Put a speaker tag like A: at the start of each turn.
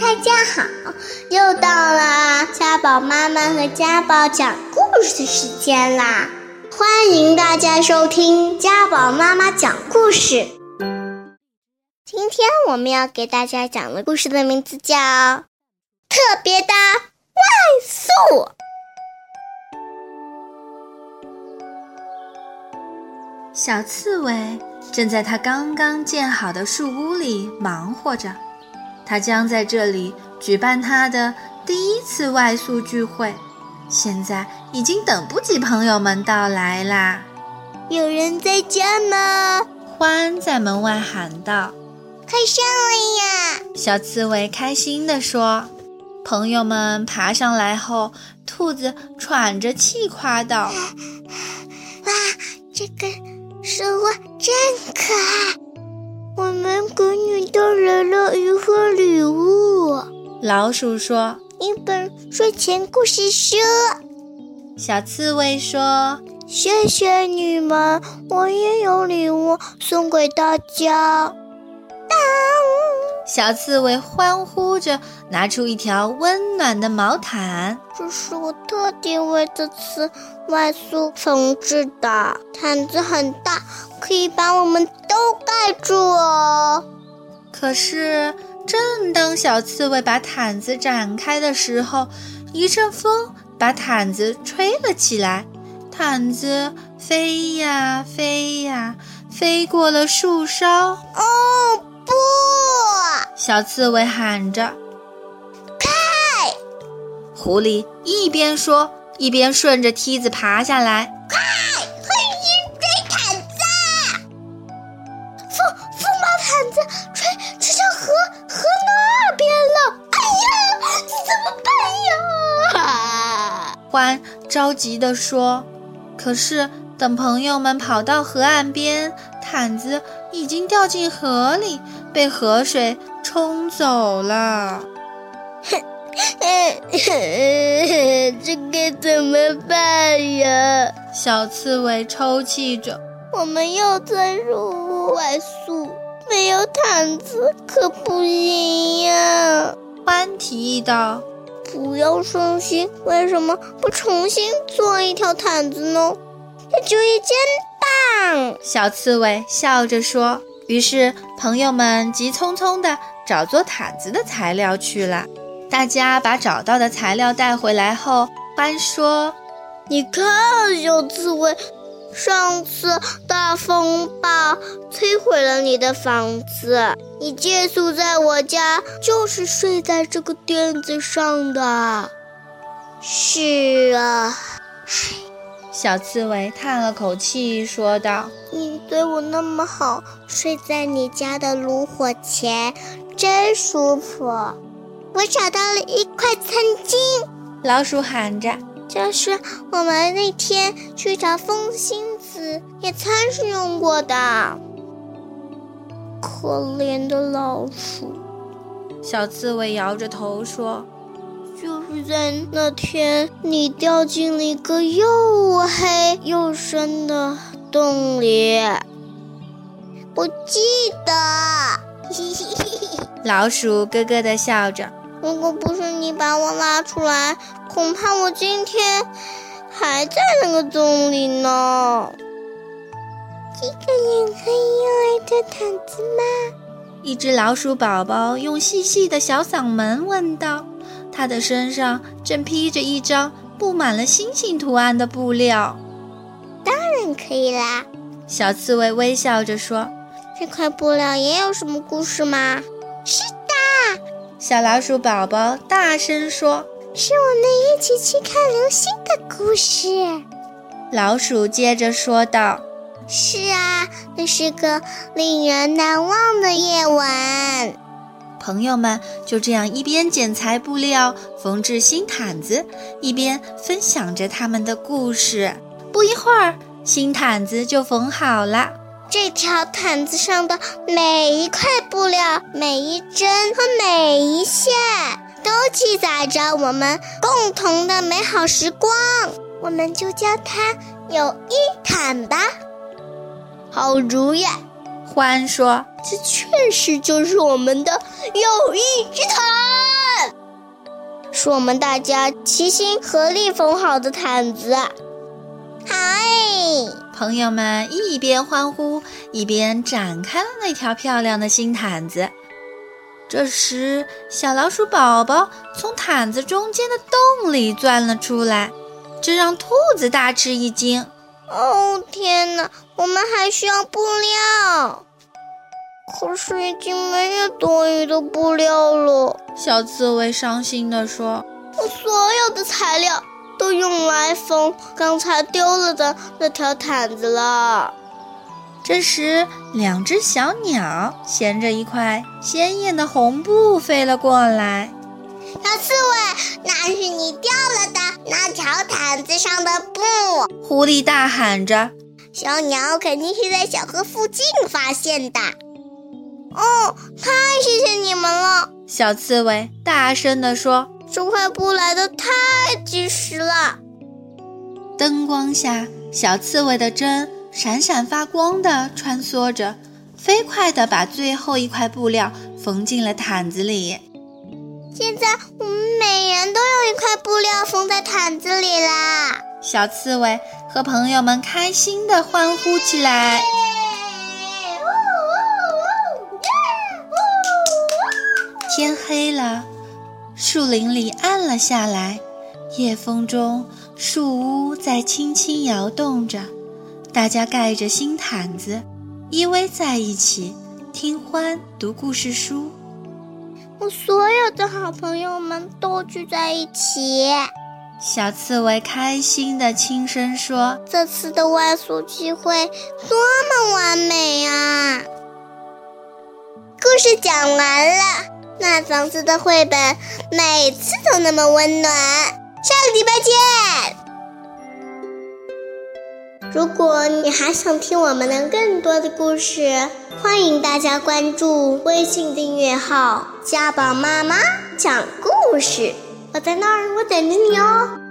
A: 大家好，又到了家宝妈妈和家宝讲故事的时间啦！欢迎大家收听家宝妈妈讲故事。今天我们要给大家讲的故事的名字叫《特别的外宿》。
B: 小刺猬正在它刚刚建好的树屋里忙活着，它将在这里举办它的第一次外宿聚会。现在已经等不及朋友们到来啦！
A: 有人在家吗？
B: 欢在门外喊道
A: 快上来呀！：“
B: 小刺猬开心地说。”朋友们爬上来后，兔子喘着气夸道
A: 哇，这个树屋真可爱！我们给你带来了一份礼物，：“
B: 老鼠说，
A: 一本睡前故事书。
B: 小刺猬说，
A: 谢谢你们，我也有礼物送给大家。
B: 小刺猬欢呼着拿出一条温暖的毛毯。
A: 这是我特地为这次外宿缝制的，毯子很大，可以把我们都盖住哦。
B: 可是，正当小刺猬把毯子展开的时候，一阵风把毯子吹了起来，毯子飞呀飞呀，飞过了树梢。
A: 哦不！
B: 小刺猬喊着：“快！”狐狸一边说，一边顺着梯子爬下来。
A: 吹毯子，风风把毯子吹吹到河河那边了。哎呀，这怎么办呀？
B: 欢着急地说：“可是等朋友们跑到河岸边，毯子已经掉进河里，被河水冲走了。
A: 这该怎么办呀？”
B: 小刺猬抽泣着，
A: 我们又在入屋外宿，没有毯子可不行呀。
B: 欢提议道
A: 不要伤心，为什么不重新做一条毯子呢？这主意真棒！：“
B: 小刺猬笑着说。”于是朋友们急匆匆地找做毯子的材料去了。大家把找到的材料带回来后，欢说
A: 你看，小刺猬，上次大风暴摧毁了你的房子，你借宿在我家，就是睡在这个垫子上的。是啊，
B: 小刺猬叹了口气，说道。
A: 你对我那么好，睡在你家的炉火前，真舒服。我找到了一块餐巾。
B: 老鼠喊着
A: 就是我们那天去找风信子野餐时用过的。可怜的老鼠，：“
B: 小刺猬摇着头说，
A: 就是在那天，你掉进了一个又黑又深的洞里。我记得，
B: 老鼠咯咯地笑着。
A: 如果不是你把我拉出来，恐怕我今天还在那个洞里呢。这个也可以用来做毯子吗？
B: 一只老鼠宝宝用细细的小嗓门问道：“它的身上正披着一张布满了星星图案的布料。
A: 当然可以啦。”
B: 小刺猬微笑着说
A: 这块布料也有什么故事吗？是的，：“
B: 小老鼠宝宝大声说。
A: 是我们一起去看流星的故事。”
B: 老鼠接着说道
A: 是啊，那是个令人难忘的夜晚。：“
B: 朋友们就这样一边剪裁布料、缝制新毯子，一边分享着他们的故事。不一会儿，新毯子就缝好了。”
A: 这条毯子上的每一块布料、每一针和每一线，都记载着我们共同的美好时光。我们就叫它“友谊毯”吧。好主意，
B: 欢说
A: 这确实就是我们的友谊之毯。是我们大家齐心合力缝好的毯子。啊好哎！
B: 朋友们一边欢呼，一边展开了那条漂亮的新毯子。这时，小老鼠宝宝从毯子中间的洞里钻了出来，这让兔子大吃一惊。
A: 哦天哪，我们还需要布料，可是已经没有多余的布料了。
B: 小刺猬伤心地说
A: 我所有的材料都用来缝刚才丢了的那条毯子了。：“
B: 这时，两只小鸟衔着一块鲜艳的红布飞了过来。”
A: 小刺猬，那是你掉了的那条毯子上的布。
B: 狐狸大喊着
A: 小鸟肯定是在小河附近发现的。哦，太谢谢你们了，：“
B: 小刺猬大声地说。
A: 这块布来的太及时了。”
B: 灯光下，小刺猬的针闪闪发光地穿梭着，飞快地把最后一块布料缝进了毯子里。
A: 现在我们每人都有一块布料缝在毯子里啦。
B: 小刺猬和朋友们开心地欢呼起来。天黑了，树林里暗了下来，夜风中树屋在轻轻摇动着，大家盖着新毯子，依偎在一起，听欢读故事书。
A: 我所有的好朋友们都聚在一起。
B: 小刺猬开心地轻声说
A: 这次的外宿聚会多么完美啊！故事讲完了，那房子的绘本每次都那么温暖。下个礼拜见！如果你还想听我们的更多的故事，欢迎大家关注微信订阅号“家宝妈妈讲故事”，我在那儿，我等着你哦。